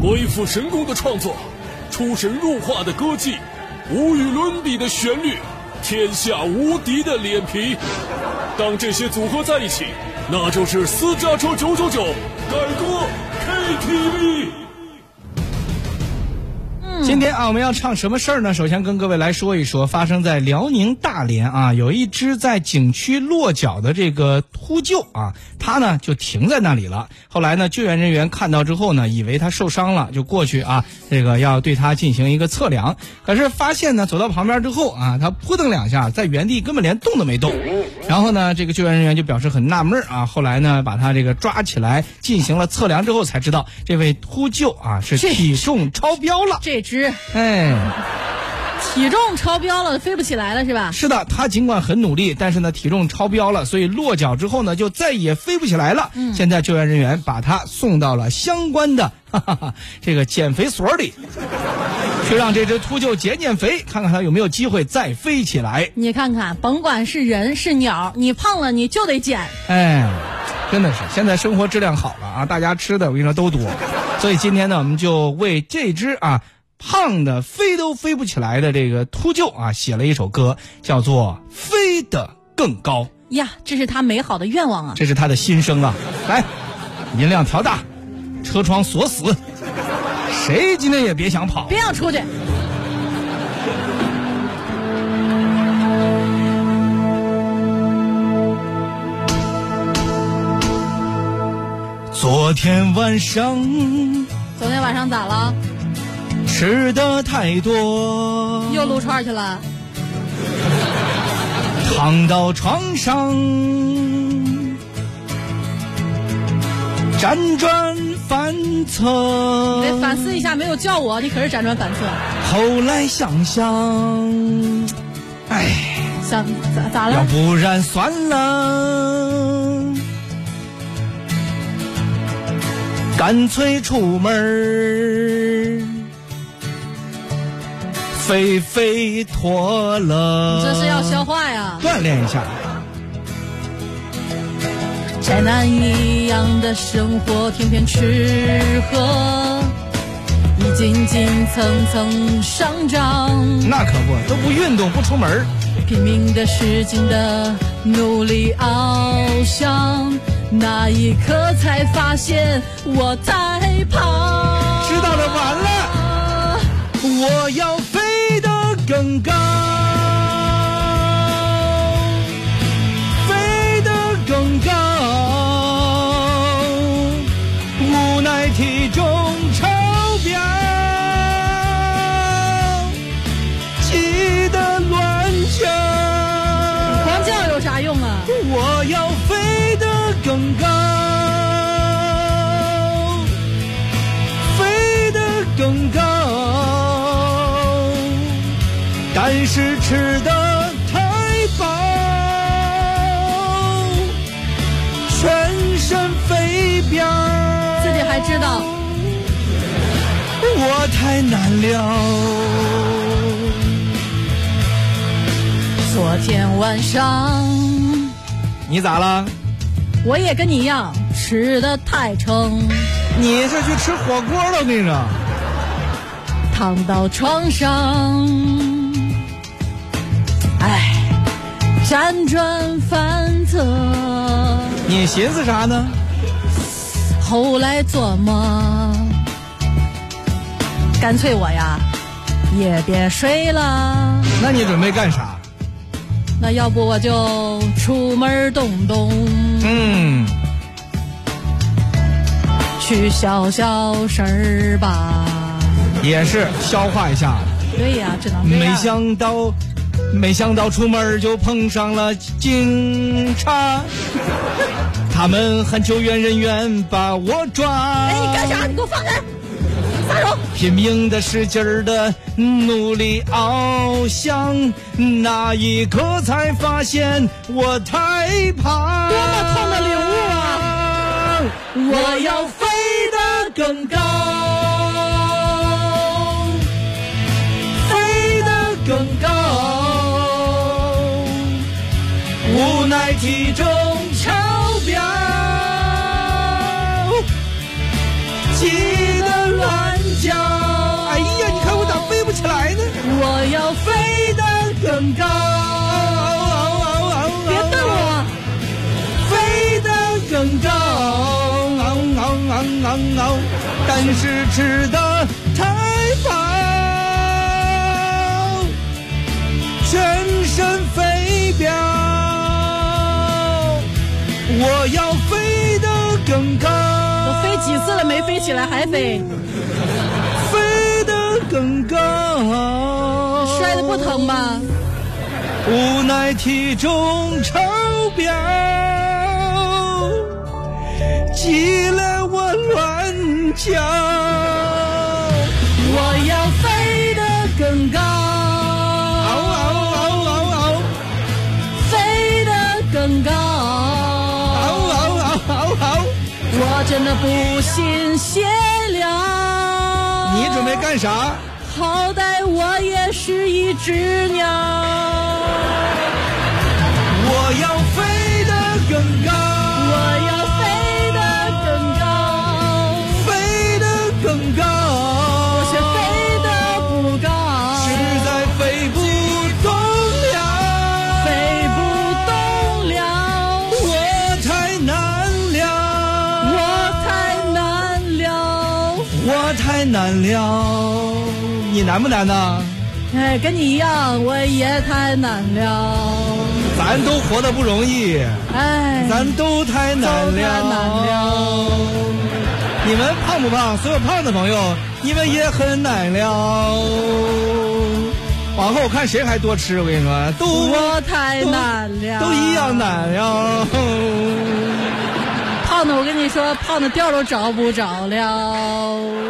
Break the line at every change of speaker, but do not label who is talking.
鬼斧神工的创作，出神入化的歌技，无与伦比的旋律，天下无敌的脸皮。当这些组合在一起，那就是私家车九九九改歌 KTV。
今天啊，我们要唱什么事儿呢？首先跟各位来说一说，发生在辽宁大连啊，有一只在景区落脚的这个秃鹫啊，它呢就停在那里了。后来呢，救援人员看到之后呢，以为它受伤了，就过去啊，这个要对它进行一个测量。可是发现呢，走到旁边之后啊，它扑腾两下，在原地根本连动都没动。然后呢，这个救援人员就表示很纳闷儿啊。后来呢，把它这个抓起来进行了测量之后，才知道这位秃鹫啊是
这
体重超标了。
这只
哎，
体重超标了，飞不起来了是吧？
是的，他尽管很努力，但是呢，体重超标了，所以落脚之后呢，就再也飞不起来了。现在救援人员把他送到了相关的 哈哈哈这个减肥所里，去让这只秃鹫减减肥，看看它有没有机会再飞起来。
你看看，甭管是人是鸟，你胖了你就得减。
哎，真的是，现在生活质量好了啊，大家吃的我跟你说都多，所以今天呢，我们就为这只啊胖的飞都飞不起来的这个秃鹫啊，写了一首歌，叫做《飞得更高》，
呀，这是他美好的愿望啊！
这是他的心声啊。来，音量调大，车窗锁死，谁今天也别想跑。
别想出去，
昨天晚上
昨天晚上咋了？
吃的太多，
又撸串去了？
躺到床上，辗转反
你
侧
得。反思一下，没有叫我，你可是辗转反侧。
后来想想，哎，
想咋咋
要
了？
不然算了，干脆出门儿飞飞脱了。
这是要消化呀！
锻炼一下。
宅男一样的生活，天天吃喝，一斤斤蹭蹭上涨，
那可不，都不运动，不出门儿
拼命的、使劲的、努力翱翔，那一刻才发现我太胖。
知道了完了。我要飞得更高，飞得更高，无奈体重超标，气得乱叫。
狂叫有啥用啊？
我要飞得更高，飞得更高，但是吃的太饱，全身飞镖，
自己还知道
我太难了。
昨天晚上
你咋了？
我也跟你一样吃的太撑，
你是去吃火锅了？我跟你说，
躺到床上，唉，辗转反侧。
你寻思啥呢？
后来琢磨，干脆我呀也别睡了，
那你准备干啥？
那要不我就出门动动，
嗯。
去消消食儿吧。
也是消化一下。
对呀，只能这
没
样。
想到，没想到出门就碰上了警察，他们喊救援人员把我抓。
哎，你干啥？你给我放开！撒手！
拼命的、使劲儿的、努力翱翔，那一刻才发现我太胖。多
么痛的领悟
啊！我要飞得更高，飞得更高，无奈体重超标。急得乱
哎
难熬，但是吃的太饱，全身飞镖，我要飞得更高，
我飞几次了没飞起来，还飞，
飞得更高，
摔的不疼吗？
无奈体重超标，急了我乱叫。哦
我要飞得更高，
嗷嗷嗷嗷嗷
飞得更高。
嗷嗷嗷嗷嗷！
我真的不信邪了。
你准备干啥？
好歹我也是一只鸟。
我要飞得更高，
我要飞得更高，
飞得更高，
我却飞得不高，
实在飞不动了，
飞不动了，
我太难了，
我太难了。
我太难了，你难不难呢？
哎，跟你一样，我也太难了。
咱都活得不容易，
哎，
咱都太难了。
都太难
你们胖不胖？所有胖的朋友，你们也很难了。往后看谁还多吃，我跟你说，都
我太难了，
都一样。难了。
胖的，我跟你说，胖的调都找不着了。